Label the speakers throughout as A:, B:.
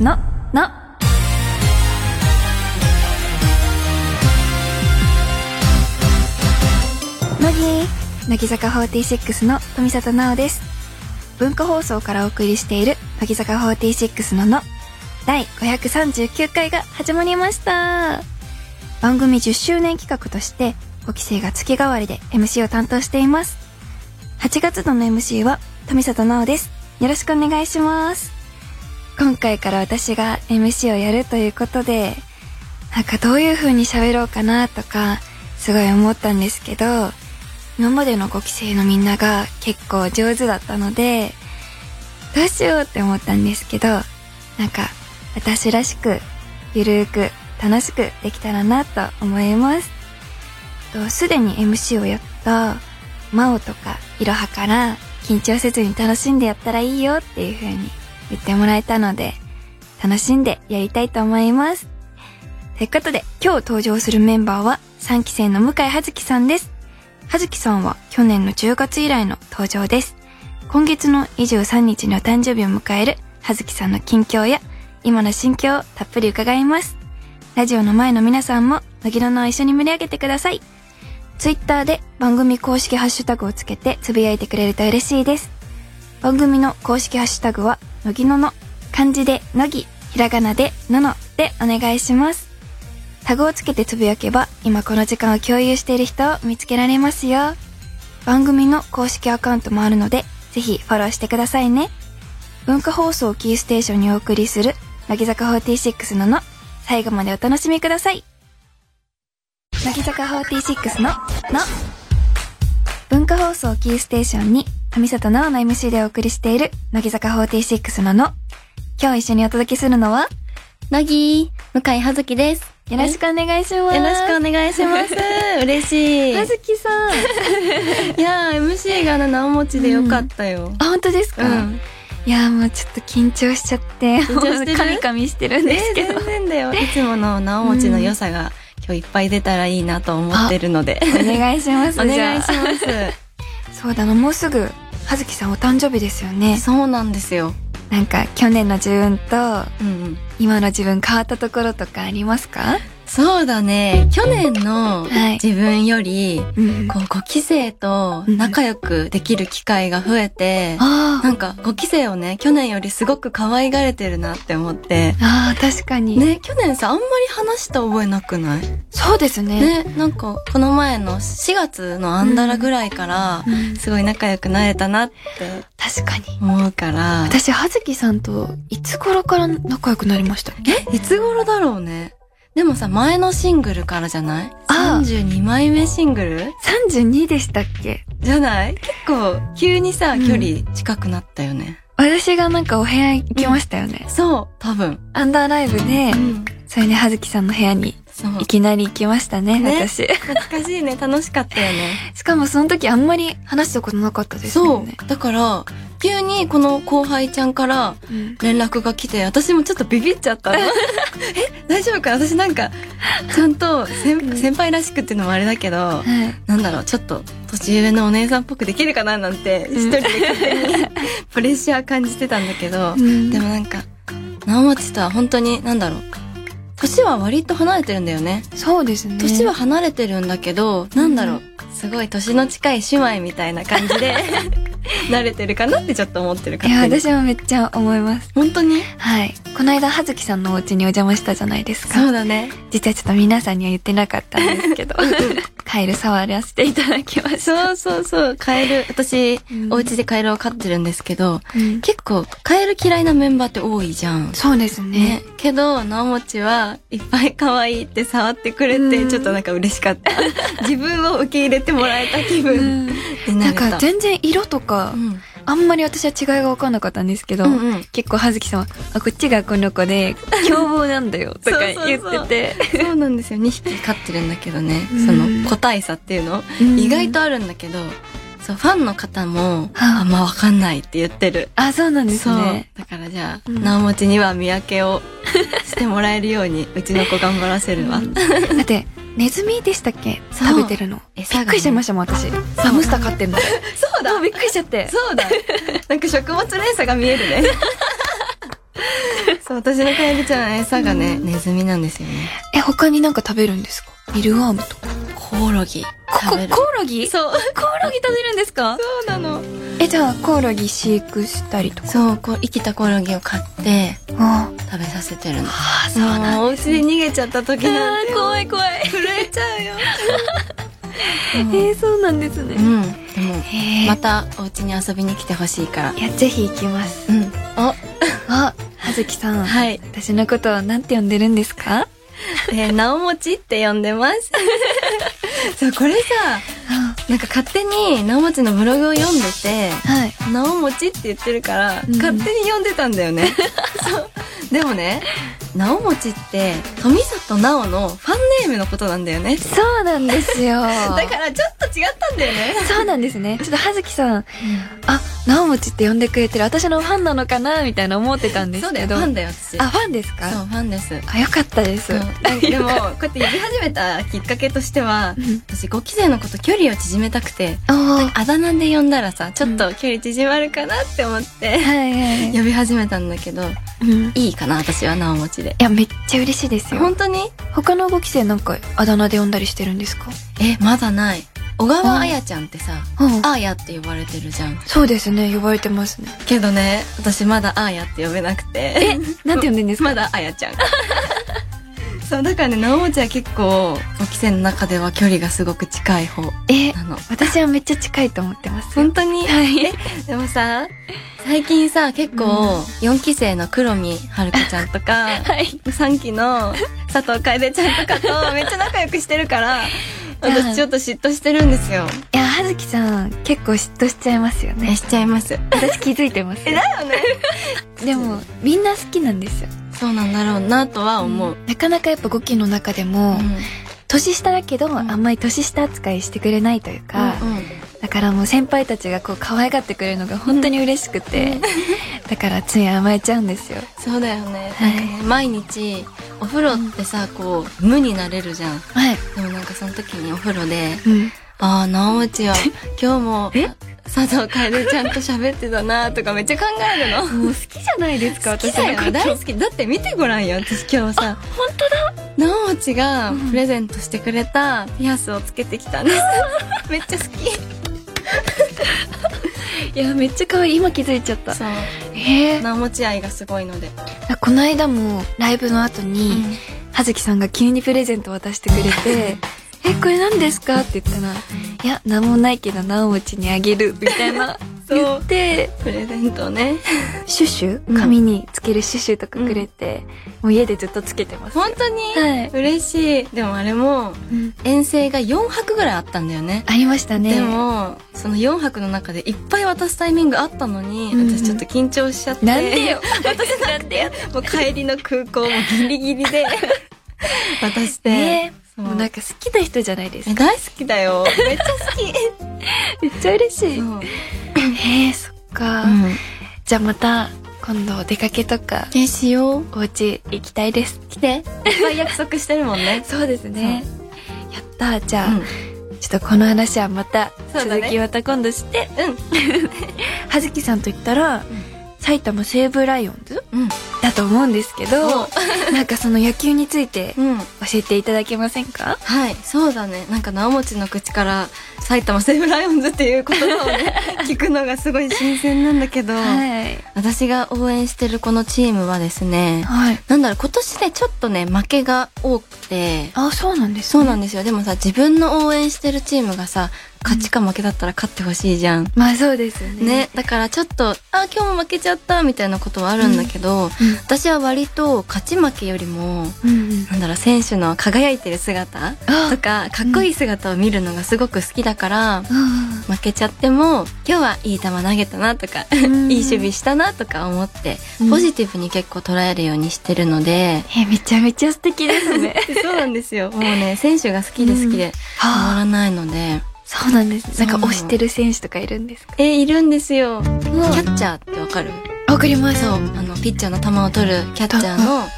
A: の、の。乃木乃木坂46の富里奈央です。文化放送からお送りしている乃木坂46のの第539回が始まりました。番組10周年企画として、5期生が月替わりで MC を担当しています。8月度の MC は富里奈央です。よろしくお願いします。今回から私が MC をやるということで、なんかどういう風に喋ろうかなとか、すごい思ったんですけど、今までの5期生のみんなが結構上手だったので、どうしようって思ったんですけど、なんか私らしく、ゆるーく、楽しくできたらなと思います。とすでに MC をやった、真央とかいろはから緊張せずに楽しんでやったらいいよっていう風に言ってもらえたので、楽しんでやりたいと思います。ということで、今日登場するメンバーは3期生の向井葉月さんです。葉月さんは去年の10月以来の登場です。今月の23日にお誕生日を迎える葉月さんの近況や今の心境をたっぷり伺います。ラジオの前の皆さんも、乃木ののを一緒に盛り上げてください。ツイッターで番組公式ハッシュタグをつけてつぶやいてくれると嬉しいです。番組の公式ハッシュタグは、のぎのの、漢字でのぎ、ひらがなでののでお願いします。タグをつけてつぶやけば、今この時間を共有している人を見つけられますよ。番組の公式アカウントもあるので、ぜひフォローしてくださいね。文化放送をキーステーションにお送りする、乃木坂46のの、最後までお楽しみください。乃木坂46の、の、文化放送キーステーションに、富里奈央の MC でお送りしている、乃木坂46のの、今日一緒にお届けするのは、
B: 乃木、向井葉月です。
A: よろしくお願いします。
B: よろしくお願いします。嬉しい。
A: 葉月さん。
B: いやー、MC が七持ちでよかったよ。
A: あ、本当です
B: う
A: か、
B: ん。
A: いや、もうちょっと緊張しちゃって、
B: 緊張してる
A: カミカミしてるん
B: ね
A: ですけど。
B: 全然だよ。いつもの七持ちの良さが今日いっぱい出たらいいなと思ってるので。
A: お願いします。
B: お願いし
A: じゃ
B: ま
A: あそうだな、もうすぐ、葉月さんお誕生日ですよね
B: す。。そうなんですよ。
A: なんか、去年の自分と、
B: うんうん。
A: 今の自分変わったところとかありますか
B: そうだね。去年の
A: はい
B: 自分より、
A: うん。
B: こう、5期生と仲良くできる機会が増えて、
A: あ
B: なんか5期生をね、去年よりすごく可愛がれてるなって思って。
A: ああ、確かに。
B: ね、去年さ、あんまり話した覚えなくない
A: そうですね。
B: ね、なんか、この前の4月のアンダラぐらいから
A: う、ん
B: すごい仲良くなれたなって
A: 確かに。
B: 思うから。
A: 私、葉月さんといつ頃から仲良くなりましたっけ
B: え、いつ頃だろうね。でもさ、前のシングルからじゃない
A: あ
B: ?32 枚目シングル
A: ?32 でしたっけ
B: じゃない結構、急にさ、
A: うん
B: 距離近くなったよね。
A: 私がなんかお部屋行きましたよね。
B: そう、多分。
A: アンダーライブで、それで葉月さんの部屋に
B: そう。
A: いきなり行きましたね、
B: ね
A: 私。
B: 懐かしいね。楽しかったよね。
A: しかもその時あんまり話したことなかったですよ
B: そ
A: ね。
B: う。だから、急にこの後輩ちゃんから
A: うん
B: 連絡が来て、私もちょっとビビっちゃ ったの。え、大丈夫か私なんか、ちゃんと
A: うん
B: 先先輩らしくっていうのもあれだけど、
A: はい。
B: なんだろう、ちょっと年上のお姉さんっぽくできるかななんて、
A: ん
B: 一人で勝手に プレッシャー感じてたんだけど、
A: うん
B: でもなんか、直持とは本当に、なんだろう、年は割と離れてるんだよね。
A: そうですね。
B: 年は離れてるんだけど、なんだろう、すごい年の近い姉妹みたいな感じ で、慣れてるかなってちょっと思ってる
A: いや、
B: 感じ。
A: 私もめっちゃ思います。
B: 本当に
A: はい。この間、葉月さんのお家にお邪魔したじゃないですか。
B: そうだね。
A: 実はちょっと皆さんには言ってなかったんですけど、 カエル触らせていただきました。
B: そうそうそう、カエル、私、
A: うん
B: お家でカエルを飼ってるんですけど、
A: うん
B: 結構、カエル嫌いなメンバーって多いじゃん。
A: そうですね
B: ね。。けど、なおもちはいっぱい可愛いって触ってくれ
A: う
B: て、
A: ん
B: ちょっとなんか嬉しか った。自分を受け入れてもらえた気
A: う
B: 分
A: ん
B: にな
A: なん
B: れた。
A: か全然色とか
B: う、ん
A: あんまり私は違いが分かんなかったんですけど、
B: うんうん
A: 結構葉月さんは、あ、こっちがこの 子で、凶暴なんだよ、と
B: そ
A: か
B: うそうそう
A: 言ってて。
B: そうなんですよ。2匹飼ってるんだけどね
A: うん。
B: その個体差っていうの、意外とあるんだけど、そう、ファンの方も、
A: はあ
B: あんまわかんないって言ってる。
A: あ、そうなんですね。
B: そう。だからじゃあ、
A: うん
B: なおもちには見分けを してもらえるように、うちの子頑張らせるわ。
A: だって、ネズミでしたっけ
B: そう
A: 食べてるの。び
B: 餌がね
A: っくりしちゃいましたもん、私。ハムスター飼ってんの。そうだび っくりしちゃって。
B: そうだ。なんか食物連鎖が見えるね。そう私のかやりちゃん餌がね、ネズミなんですよね
A: え、他になんか食べるんですかミルワームとか。
B: コオロギ
A: こ
B: 食べる
A: コオロギ
B: そうそ
A: コオロギ食べるんですか
B: うなの
A: え、じゃあコオロギ飼育したりとか。
B: そうこう生きたコオロギを買って
A: あ
B: 食べさせてるの
A: あ、
B: もうお家で逃げちゃった時なんて
A: 怖い怖い。
B: 震えちゃうよ
A: えー、そうなんですね
B: う。んでも
A: へえ
B: またお家に遊びに来てほしいから
A: いや、ぜひ行きます。
B: うんお
A: あ、はずきさん。
B: はい
A: 私のことをなんて呼んでるんですか
B: えー、なおもちって呼んでます そうこれさなんか勝手になおもちのブログを読んでて
A: はい。
B: なおもちって言ってるから、
A: うん
B: 勝手に読んでたんだよね そうでもねなおもちって富里なおのファンネームのことなんだよね
A: そうなんです よ。
B: だからちょっと違ったんだよね
A: そうなんですね。ちょっとはずきさん、あ、なおもちって呼んでくれてる私のファンなのかなみたいな思ってたんで
B: そ
A: す
B: うだ
A: け
B: よフ
A: ど。
B: ァンだよ私
A: あ、ファンですか
B: そうファンです
A: あ、よかったです。
B: そうなんかで もこうやって呼び始めたきっかけとしては
A: うん
B: 私5期生のこと距離を縮めたくて
A: おー
B: あだ名で呼んだらさちょっと距離縮まるかなって思って、
A: はいは い。
B: 呼び始めたんだけど
A: うんい
B: いいかな私はなおもちで
A: や、めっちゃ嬉しいですよ。
B: 本当に
A: 他の5期生なんかあだ名で呼んだりしてるんですか
B: えまだない小川あやちゃんってさ
A: うん。
B: あーやって呼ばれてるじゃん
A: そうですね、呼ばれてますね。
B: けどね私まだあーやって呼べなくて
A: なんて呼んでんですか
B: まだあやちゃん そうだからねなおもちは結構5期生の中では距離がすごく近い方
A: え、
B: なの
A: 私はめっちゃ近いと思ってます。
B: 本当に
A: はい。
B: でもさ最近さ結構4期生の黒見遥香ちゃんと か
A: はい。
B: 3期の佐藤楓ちゃんとか とめっちゃ仲良くしてるから私ちょっと嫉妬してるんですよ。
A: いや、はずきさん、結構嫉妬しちゃいますよね。
B: しちゃいます。
A: 私気づいてますよ。
B: よね。
A: でも、みんな好きなんですよ。
B: そうなんだろうなとは思う。
A: なかなかやっぱ5期の中でも、
B: うん
A: 年下だけど、
B: ん
A: あんまり年下扱いしてくれないというか、だからもう先輩たちがこう可愛がってくれるのが本当に嬉しくて、だからつい甘えちゃうんですよ。
B: そうだよね。
A: はい
B: なんかね毎日お風呂ってさこう無になれるじゃん。
A: はい。
B: でもなんかその時にお風呂で
A: うん。
B: ああ、直ちは、今日も
A: え、
B: 佐藤楓ちゃんと喋ってたなとかめっちゃ考えるの。
A: も う好きじゃないですか、
B: 好き
A: 私
B: だ
A: の
B: よ
A: こ。と。
B: 大好き。だって見てごらんよ。私今日さ、
A: 本当だ
B: 直ちがプレゼントしてくれたピアスをつけてきたんです。 めっちゃ好き。
A: いや、めっちゃ可愛い。今気づいちゃった。
B: そう。
A: ええ
B: 直ち愛がすごいので。
A: この間もライブの後に、葉月さんが急にプレゼント渡してくれ て「えこれ何ですか?」って言ったら「いや何もないけどなおもちにあげる」みたいな
B: そ
A: 言
B: う
A: っ。て
B: プレゼントね。
A: シュシ
B: うん
A: ュ髪につけるシュシュとかくれて、もう家でずっとつけてます、
B: 本当に、
A: はい
B: 嬉しい。でもあれも、遠征が4泊ぐらいあったんだよね。
A: ありましたね
B: でも、その4泊の中でいっぱい渡すタイミングあったのに、
A: うんうん
B: 私ちょっと緊張しちゃって。
A: なん でよ
B: 私なんでよ。もう帰りの空港もギリギリで渡して。
A: ね
B: そう
A: もうなんか好きな人じゃないです
B: え
A: か
B: 大好きだよ。めっちゃ好き。
A: めっちゃ嬉しい
B: そう
A: へえそっか、
B: うん。
A: じゃあまた今度お出かけとか
B: え、しよう。
A: お家行きたいです。
B: 来て。いっぱい約束してるもんね
A: そうですねやったーじゃあ、
B: うん。
A: ちょっとこの話はまた
B: そうだね
A: 続きまた今度して、
B: うん。
A: 葉月さんと言ったら、埼玉西武ライオンズ
B: うん。
A: だと思うんですけど、 なんかその野球について
B: うん。
A: 教えていただけませんか
B: はい、そうだね。なんか、なおもちの口から、埼玉西武ライオンズっていう言葉をね、聞くのがすごい新鮮なんだけど、
A: はい。
B: 私が応援してるこのチームはですね、
A: はい。
B: なんだろう、今年でちょっとね、負けが多くて、
A: あ、そうなんです、
B: そうなん
A: で
B: ですよ。でもさ、自分の応援してるチームがさ、勝ちか負けだったら勝ってほしいじゃん。
A: す。まあそうですよね。
B: ね、だからちょっと、あ、今日も負けちゃった、みたいなことはあるんだけど、私は割と勝ち負けよりも、
A: うん。うんうん。
B: なんだろう、選手の輝いてる姿と
A: あ、
B: かかっこいい姿を見るのがすごく好きだから、
A: うん
B: 負けちゃっても今日はいい球投げたなとか、
A: うん
B: いい守備したなとか思って、
A: うん、
B: ポジティブに結構捉えるようにしてるので
A: え、めちゃめちゃ素敵ですね。
B: そうなんですよもうね選手が好きで好きでたま
A: あ
B: らないので、
A: そうなんです、
B: そう
A: なんか推してる選手とかいるんですか
B: えいるんですよキャ
A: も
B: ッチャーってわかる
A: わかりま
B: そう
A: す。
B: あのピッチャーの球を取るキャッチャーの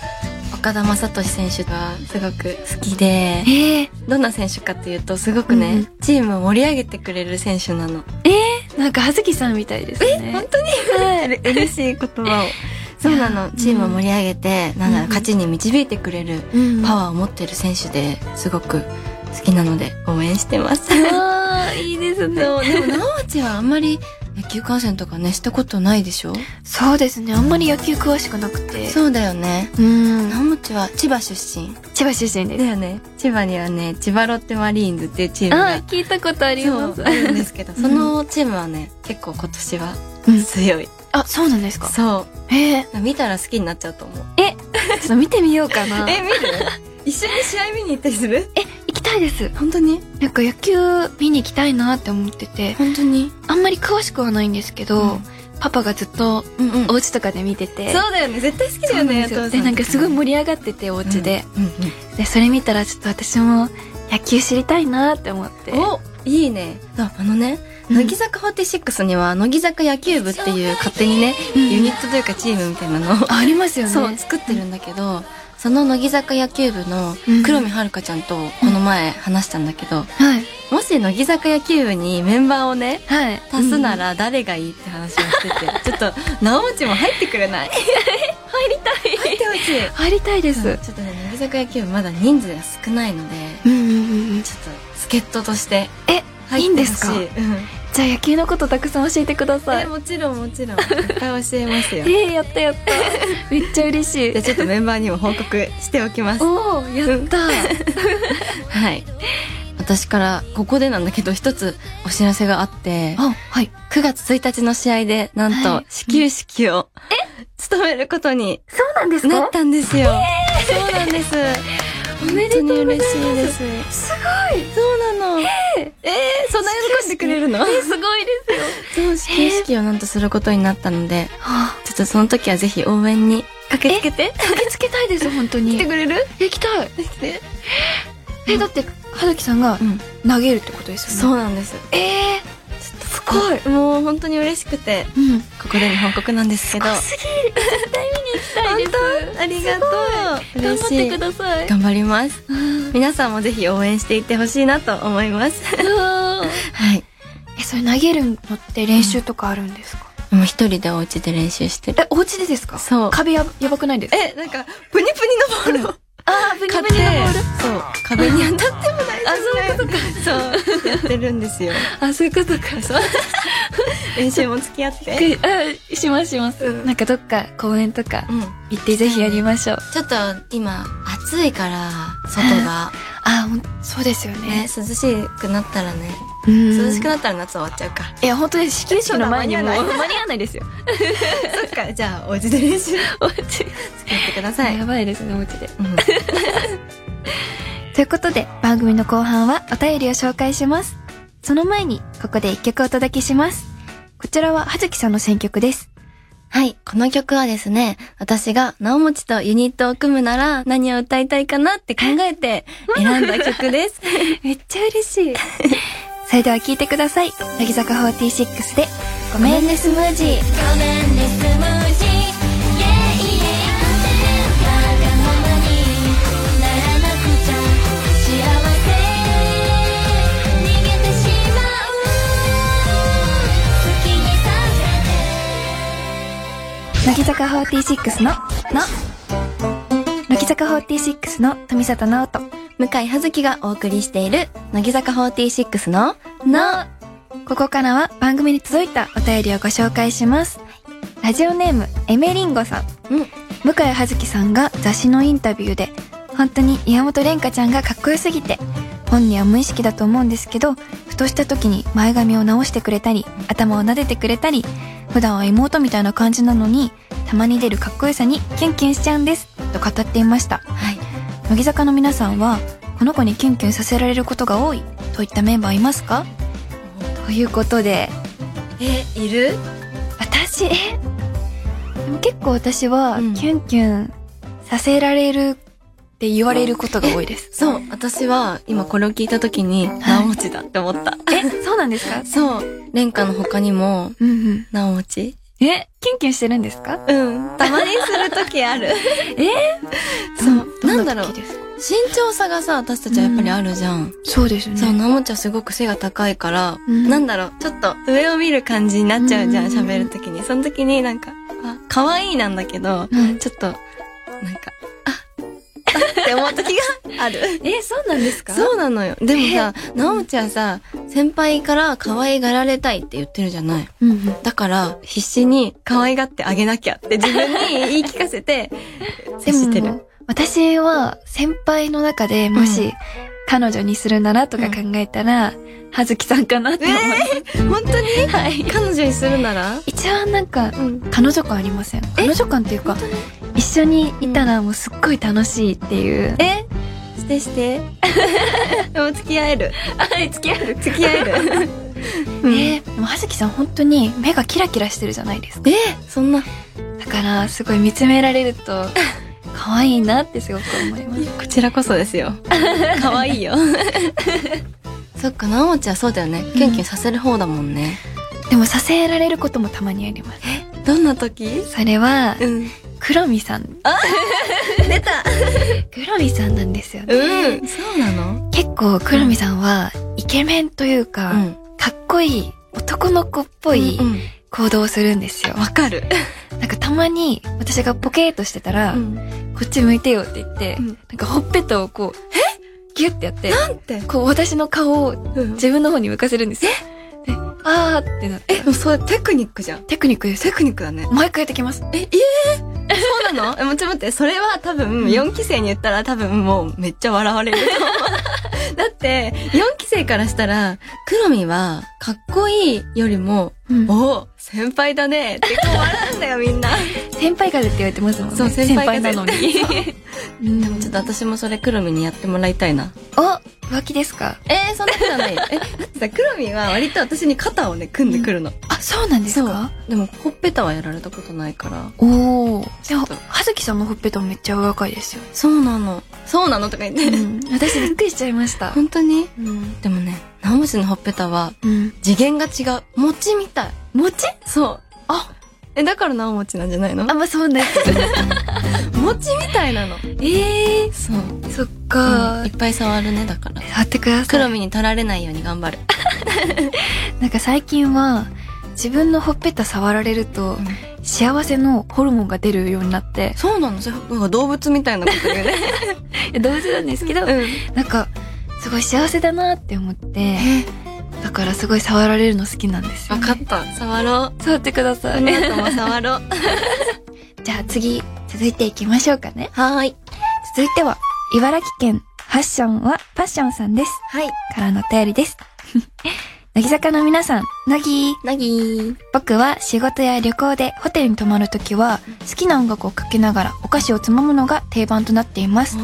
B: 岡田正俊選手がすごく好きで
A: ええ
B: どんな選手かっていうとすごくね、チームを盛り上げてくれる選手なの
A: なんか葉月さんみたいですね。
B: 本当に
A: はい。
B: 嬉しい言葉を そうなの
A: ん
B: チームを盛り上げて、なんだろ
A: うん
B: う勝ちに導いてくれる
A: うん
B: パワーを持ってる選手ですごく好きなので応援してます。
A: わーいいです ね
B: そうでも直ちはあんまり野球観戦とかねしたことないでしょ
A: そうですねあんまり野球詳しくなくて
B: そうだよね
A: うん
B: 直ちは千葉出身
A: 千葉出身です
B: だよね千葉にはね千葉ロッテマリーンズっていうチームが
A: あ聞いたことあります
B: そうあるんですけど
A: うん
B: そのチームはね結構今年は
A: うん
B: 強い、
A: あそうなんですか
B: そ
A: えー
B: う見たら好きになっちゃうと思う
A: ちょっと見てみようかな
B: え見る 一緒に試合見に行ったりする
A: 行きたいです
B: 本当に
A: なんか野球見に行きたいなって思ってて
B: 本当に
A: あんまり詳しくはないんですけど、
B: うん
A: パパがずっと
B: うんうん
A: お家とかで見てて
B: そうだよね絶対好きだ
A: そ
B: よ
A: うなん
B: ね
A: ですよでなんかすごい盛り上がっててお
B: お
A: 家で、、
B: うんうん
A: でそれ見たらちょっと私も野球知りたいなって思って
B: うんおいいねああのね
A: うん
B: 乃木坂46には乃木坂野球部っていう勝手にね
A: うん
B: ユニットというかチームみたいなのを
A: あありますよね
B: そう作ってるんだけど、その乃木坂野球部の
A: うん
B: 黒見遥ちゃんとこの前話したんだけど、
A: はい
B: もし乃木坂野球部にメンバーをね
A: はい
B: 足すな
A: ら、
B: ら誰がいいって話をしてて、 ちょっと直持も入ってくれない
A: 入りたい
B: 入ってほしい
A: 入りたいです、
B: うんちょっとね乃木坂野球部まだ人数が少ないので
A: うんうんうんうん
B: ちょっと助っ人として
A: えいいんですか
B: 入ってほしいうん
A: じゃあ野球のことたくさん教えてくださ
B: え
A: い
B: もちろんもちろんいっぱい教えます
A: え
B: よ
A: ー、やったやった めっちゃ嬉しい
B: じゃあちょっとメンバーにも報告しておきます
A: おおやった、
B: はい私からここでなんだけど一つお知らせがあって
A: あはい
B: 9月1日の試合でなん
A: は
B: と
A: い
B: 始球式を、務めることに
A: そうなんです
B: なったんですよ、そうなんです
A: おめでとうございま
B: 本当に
A: す
B: 嬉しいです
A: ごい
B: そうなのえ
A: え
B: えーそんな喜んでくれるの
A: えすごいですよ
B: そう始球式をなんとすることになったので
A: は
B: ちょっとその時はぜひ応援に駆けつけて
A: あ駆けつけたいです本当に
B: 来てくれる
A: 行きたい
B: 来て
A: えだって葉月さんが
B: うん
A: 投げるってことです
B: そ
A: よね
B: うなんです
A: そう
B: ちょ
A: え
B: っとすごいもう本当に嬉しくて
A: ー、うん
B: ここでの報告なんですけど
A: 濃すぎる絶対見に行きたいです
B: 当ありがとう
A: 頑張ってく
B: だ
A: ださい
B: 頑張ります
A: うん
B: 皆さんもぜひ応援していってほしいなと思いますはい
A: えそれ投げるのって練習とかあるんですか、
B: もう一人でお家で練習してる
A: えお家でですか
B: そう
A: 壁ややばくないですか
B: えなんかプニプニのボールを
A: あーブニ
B: 買っ
A: ブ
B: て
A: ニのボール
B: そう壁に当たっても大丈夫あそういうことかそうやってるんですよ
A: あそういうことか
B: そう練習も付き合って
A: くあしますします、
B: うん
A: なんかどっか公園とか
B: うん
A: 行ってぜひやりましょう
B: ちょっと今暑いから外 が
A: あほんそうですよね
B: ね涼しくなったらね
A: 涼
B: 涼しくなったら夏終わっちゃうか
A: いや本当に始球式の前にも
B: そう
A: う
B: だ間に合わない
A: 合わないですよ
B: そっかじゃあお家で練習作
A: お家
B: ってください、
A: やばいですねお家で
B: うん
A: ということで番組の後半はお便りを紹介しますその前にここで一曲お届けしますこちらは葉月さんの選曲です
B: はい、この曲はですね、私が直持ちとユニットを組むなら何を歌いたいかなって考えて選んだ曲 です。
A: めっちゃ嬉しい それでは聴いてください乃木坂46でごめんねスムージー
C: ごめんねスムージーイェイイェイわがままにならなくちゃ幸せ逃げてしまう好きにさせて
A: 乃木坂46のの乃木坂46の富里直人
B: 向井葉月がお送りしている、乃木坂46の、
A: のここからは番組に届いたお便りをご紹介しますラジオネームエメリンゴさん、
B: うん
A: 向井葉月さんが雑誌のインタビューで本当に宮本蓮香ちゃんがかっこよすぎて本人は無意識だと思うんですけどふとした時に前髪を直してくれたり頭を撫でてくれたり普段は妹みたいな感じなのにたまに出るかっこよさにキュンキュンしちゃうんですと語っていました
B: はい。
A: 乃木坂の皆さんはこの子にキュンキュンさせられることが多いといったメンバーいますかということで
B: え、いる
A: 私えでも結構私は、
B: うん
A: キュンキュンさせられるって言われることが多いです
B: そう、私は今これを聞いた時に、直持ちだって思った。
A: えそうなんですか
B: そう、蓮華の他にも、
A: うんうん
B: 直持ち
A: えキュンキュンしてるんですか
B: うん、たまにする時あ る。そう、なんだろう
A: ど時、ですか
B: 身長差がさ、私たちはやっぱりあるじゃん
A: そうですよね
B: そう、ナモちゃんすごく背が高いから、
A: うん
B: なんだろう、ちょっと上を見る感じになっちゃうじゃん、
A: うん
B: 喋るときに。その時になんか、あ、可愛いなんだけど、
A: うん
B: ちょっと、なんか、あっ、あって思う時がある。
A: え、そうなんですか
B: そうなのよ。でもさ、なおちゃんさ、先輩から可愛がられたいって言ってるじゃない。
A: うんうん。
B: だから、必死に可愛がってあげなきゃって自分に言い聞かせ て、接して
A: で
B: る。
A: も私は先輩の中でもし、
B: うん
A: 彼女にするならとか考えたら、はずきさんかなって思う。
B: 本当に、 彼女にするなら
A: 一番なんか、
B: うん。
A: 彼女感ありません。彼女感っていうか、一緒にいたらもうすっごい楽しいっていう。
B: えしてして。 でも付き合える。
A: え、付き合える
B: 付き合え る。
A: えー、でもはずきさん本当に目がキラキラしてるじゃないですか。
B: えそんな。
A: だから、すごい見つめられる と、可愛いなってすごく思います。
B: こちらこそですよ。 可愛いよ。 そっか、なおちゃんそうだよね。キュンキュンさせる方だもんね。
A: でも、させられることもたまにあります。
B: どんな時
A: それは、
B: うん。
A: クロミさん。
B: 出 た
A: クロミさんなんですよね。
B: うん。そうなの
A: 結構、クロミさんは、イケメンというか、
B: うん。
A: かっこいい、男の子っぽい
B: うん
A: 行動をするんですよ。
B: わかる。
A: なんかたまに、私がポケーっとしてたら、こっち向いてよって言って、
B: うん
A: なんかほっぺたをこう、ギュッてやって、
B: なんて。
A: こう私の顔を自分の方に向かせるんですよ。であーってなって、
B: え、でもそれテクニックじゃん。
A: テクニックです
B: テ
A: よ。
B: クニックだね。
A: もう一回やってきます。
B: え、ええそうなのえ、もうちょっと待って、それは多分、
A: ん
B: 4期生に言ったら多分もうめっちゃ笑われると思 う。だって、4期生からしたら、クロミは、かっこいいよりも、
A: うん
B: お先輩だねってこう笑うんだよみんな。
A: 先輩風って言われてますもん ね。
B: そう先輩風
A: なのに。 うん
B: でもちょっと私もそれクロミにやってもらいたいな。
A: お、浮気ですか
B: えー、そんなこと はないよ。え、だってさ、クロミは割と私に肩をね、組んでくるの。
A: あ、そうなんですか
B: でも、ほっぺたはやられたことないから。
A: おお。でも
B: ちょっ、
A: はずきさんのほっぺたもめっちゃ若いですよ。
B: そうなの。そうなのとか言って。
A: 私びっくりしちゃいました。
B: 本当に
A: うん。
B: でもね、ナオシのほっぺたは
A: うん。
B: 次元が違う。餅みたい。
A: 餅
B: そう。あえ、だからナオモチなんじゃないの
A: あ、まあ、そうなん です。
B: 餅みたいなの。
A: ええ
B: そう。
A: ー、そっ
B: う
A: か
B: んいっぱい触るね、だから。
A: 触ってください。
B: 黒身に取られないように頑張る。
A: なんか最近は、自分のほっぺた触られると、幸せのホルモンが出るようになって、
B: そうなのそれなんか動物みたいなこと言うね。
A: 同時なん ですけど、
B: う
A: なんか、すごい幸せだなって思って、
B: え
A: だからすごい触られるの好きなんですよ、
B: ん。わかった。触ろう。
A: 触ってくださ
B: こ
A: い。
B: の後も触ろう。
A: じゃあ次、続いていきましょうかね。
B: はーい。
A: 続いては、茨城県、ファッションはパッションさんです。
B: はい。
A: からのお便り です。乃木坂の皆さん、乃木
B: なぎー。
A: 僕は仕事や旅行でホテルに泊まるときは好きな音楽をかけながらお菓子をつまむのが定番となっています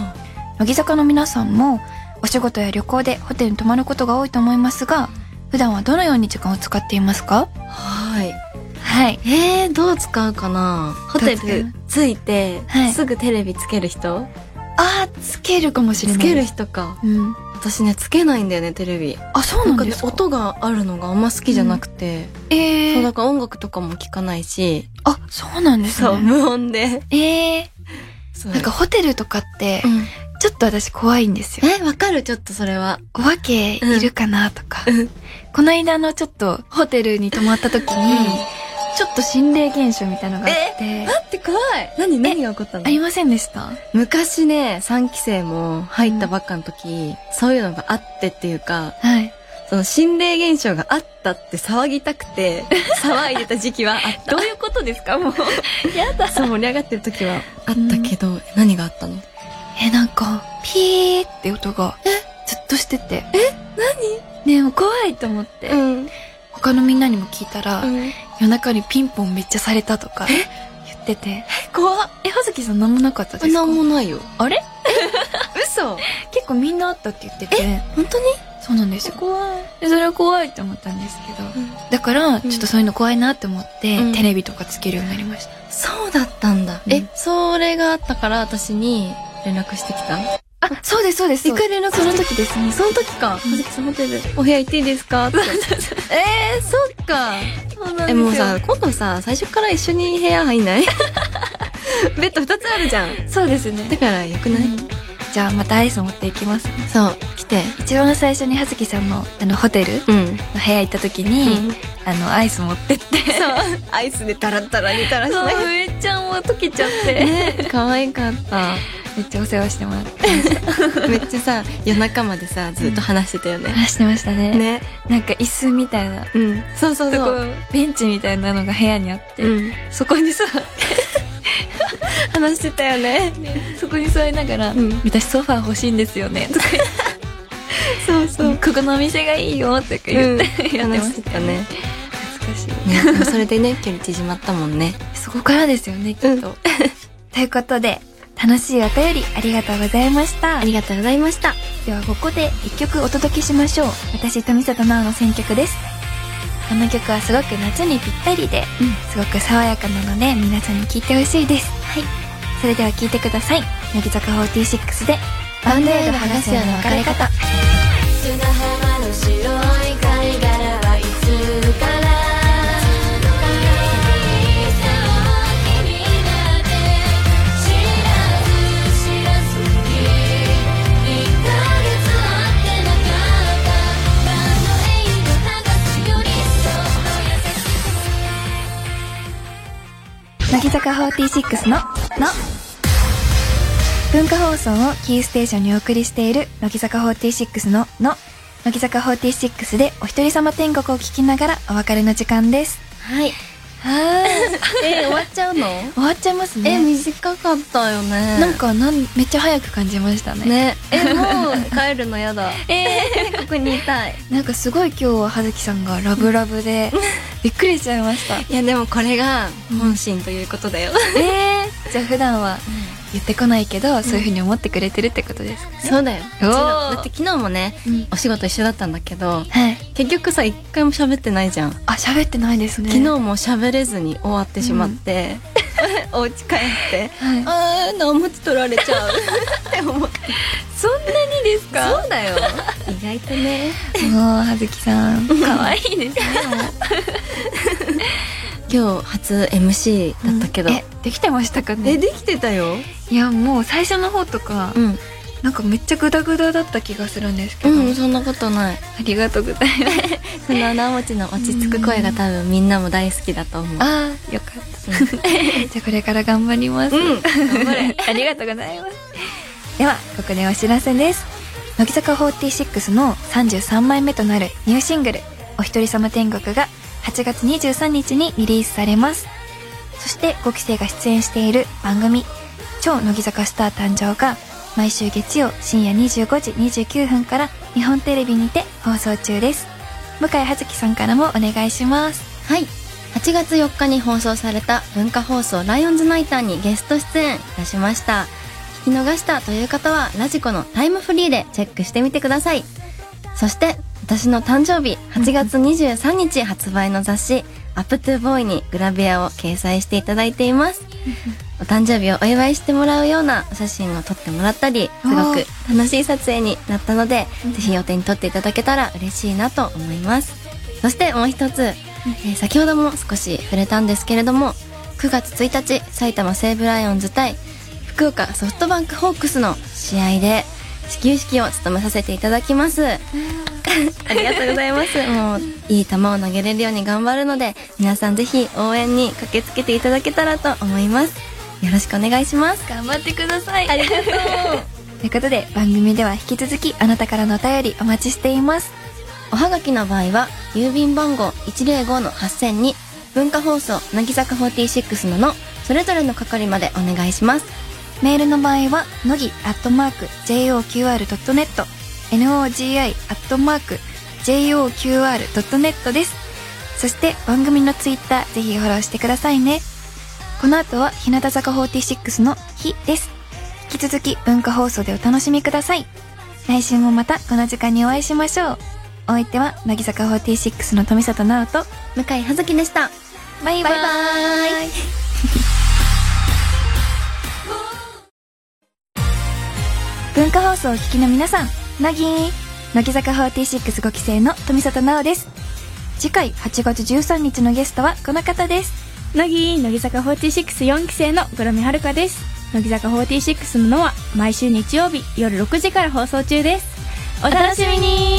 A: 乃木坂の皆さんもお仕事や旅行でホテルに泊まることが多いと思いますが普段はどのように時間を使っていますか
B: はい。
A: はい
B: えー、どう使うかなホテ
A: どう使
B: ル着いて、
A: はい
B: すぐテレビつける人
A: あーつけるかもしれ
B: つ
A: ない
B: ける人か。
A: うん
B: 私ね、つけないんだよね、テレビ。
A: あそう
B: な
A: なんん
B: か
A: で
B: ね
A: す、か
B: 音があるのがあんま好きじゃなくて。
A: え
B: そう、
A: ー
B: だから音楽とかも聞かないし。
A: あそうなんです
B: そう、
A: ね
B: 無音で。
A: え
B: そう
A: ーなんか、ホテルとかって
B: うん
A: ちょっと私怖いんですよ
B: え、わかるちょっとそれは。
A: お化けいるかなとか、
B: うん
A: この間のちょっとホテルに泊まった時に、ちょっと心霊現象みたいなのがあって、
B: だって怖い何何が起こったの
A: ありませんでした
B: 昔ね、3期生も入ったばっかの時、そういうのがあってっていうか、
A: はい。
B: その心霊現象があったって騒ぎたく て、騒いでた時期はあった。どういうことですかもう。 やだ。そう、盛り上がってる時はあったけど、何があったの
A: え、なんか、ピーって音が、ずっとしてて。え何ねえ、怖いと思って、
B: ん。
A: 他のみんなにも聞いたら、
B: うん、
A: 夜中にピンポンめっちゃされたとか、言ってて。
B: 怖っ。
A: え、はずきさん何もなかったですか
B: なんもないよ。
A: あれ
B: 嘘
A: 結構みんなあったって言ってて、
B: 本当に
A: そうなんですよ。
B: 怖い。
A: でそれは怖いって思ったんですけど、だから、ちょっとそういうの怖いなって思って、
B: うん
A: テレビとかつけるようになりました。
B: そうだったんだ。
A: う
B: え
A: ん、
B: それがあったから私に連絡してきた
A: あ、そうです、そうです。
B: 一回連絡
A: その時ですね。
B: その時か。
A: うん
B: はずきさんホテル、お部屋行っていいですかって。え ー、そっか。
A: そうな
B: え、もうさ、今度さ、最初から一緒に部屋入んない ベッド二つあるじゃん。
A: そうですね
B: だ。からよくない、
A: じゃあ、またアイス持っていきます。
B: そう、来て。
A: 一番最初に葉月さんの、あの、ホテル
B: うん。
A: の部屋行った時に、
B: うん
A: あの、アイス持ってって。
B: そう、アイスでタラタラにタラし
A: そう
B: ない。
A: めっちゃんも溶けちゃって、
B: 可愛かった
A: めっちゃお世話してもらって
B: めっちゃさ夜中までさずっと話してたよね、
A: 話してましたね
B: ね
A: なんか椅子みたいな
B: うんそうそう
A: そ
B: そ
A: こ
B: う
A: ベンチみたいなのが部屋にあって、
B: うん
A: そこにさ
B: 話してたよね
A: そこに座りながら「
B: うん
A: 私ソファー欲しいんですよね」とか言って
B: そうそ
A: 「ここのお店がいいよ」とか言って、 やってま
B: 話し
A: し
B: て
A: た
B: たね
A: 懐かしい
B: ねでもそれでね距離縮まったもんね
A: そこからですよねきっと、
B: うん
A: ということで楽しいお便りありがとうございました
B: ありがとうございました
A: ではここで一曲お届けしましょう私富里奈緒の選曲ですこの曲はすごく夏にぴったりで、
B: うん
A: すごく爽やかなので皆さんに聴いてほしいですはいそれでは聴いてください乃木坂46で「バンドエイド剥がすような別れ方」
C: 砂浜の白い貝殻はいつから大きになって知らず知らずに1ヶ月会ってなかったバンドエイド剥がすよりそっと優しく
A: 乃木坂46の「の」文化放送をキーステーションにお送りしている乃木坂46の「の」乃木坂46でお一人様天国を聞きながらお別れの時間です
B: はい
A: はーい
B: え終わっちゃうの
A: 終わっちゃいます
B: え
A: ね
B: 短かったよね
A: なんかなんめっちゃ早く感じましたね
B: ねえもう帰るのやだえ ここにいたい
A: なんかすごい今日は葉月さんがラブラブ でびっくりしちゃいました
B: いやでもこれが本心ということだよ、
A: えー、じゃあ普段は言ってこないけどそういうふうに思ってくれてるってことですかね、
B: そう だよ
A: おー
B: だって昨日もね
A: うん
B: お仕事一緒だったんだけど
A: はい
B: 結局さ一回も喋ってないじゃん、
A: あ喋ってないですね
B: 昨日も喋れずに終わってしまって、 お家帰って
A: はい
B: あーなおむつ取られちゃうって思って
A: そんなにです
B: そうだよ意外とね
A: もう葉月さん可愛いですね
B: 今日初 MC だったけど、
A: えできてましたか
B: え
A: ね
B: できてたよ
A: いやもう最初の方とか、
B: うん、
A: なんかめっちゃグダグダだった気がするんですけ
B: う
A: ど、
B: ん、そんなことない
A: ありがとうございます
B: その穴持ちの落ち着く声が多分みんなも大好きだと思う
A: ああよかった じゃあこれから頑張ります。
B: うん頑張れ
A: ありがとうございます。では、ここでお知らせです。乃木坂46の33枚目となるニューシングル、お一人様天国が8月23日にリリースされます。そして、5期生が出演している番組、超乃木坂スター誕生が毎週月曜深夜25時29分から日本テレビにて放送中です。向井葉月さんからもお願いします。
B: はい8月4日に放送された文化放送「ライオンズナイター」にゲスト出演いたしました聞き逃したという方はラジコのタイムフリーでチェックしてみてくださいそして私の誕生日8月23日発売の雑誌「アップトゥーボーイにグラビアを掲載していただいていますお誕生日をお祝いしてもらうようなお写真を撮ってもらったりすごく楽しい撮影になったのでぜひお手に取っていただけたら嬉しいなと思いますそしてもう一つ、えー先ほども少し触れたんですけれども9月1日埼玉西武ライオンズ対福岡ソフトバンクホークスの試合で始球式を務めさせていただきます ありがとうございます。もう、いい球を投げれるように頑張るので、皆さんぜひ応援に駆けつけていただけたらと思います。よろしくお願いします。
A: 頑張ってくださいありがとう ということで番組では引き続きあなたからのお便りお待ちしています
B: おはがきの場合は、郵便番号105-8000に、文化放送、乃木坂46のの、それぞれの係までお願いします。
A: メールの場合はのぎアットマーク JOQR.net NOGI アットマーク JOQR.net ですそして番組のツイッターぜひフォローしてくださいねこの後は日向坂46の「日」です引き続き文化放送でお楽しみください来週もまたこの時間にお会いしましょうお相手は乃木坂46の富里奈緒と
B: 向井葉月でした。
A: バイバ
B: バ
A: イ
B: イバイ。
A: 文化放送をお聞きの皆さん、乃木乃木坂465期生の富里奈緒です。次回8月13日のゲストはこの方です。
D: 乃木乃木坂464期生の黒目遥です乃木坂46ののは毎週日曜日夜6時から放送中ですお楽しみに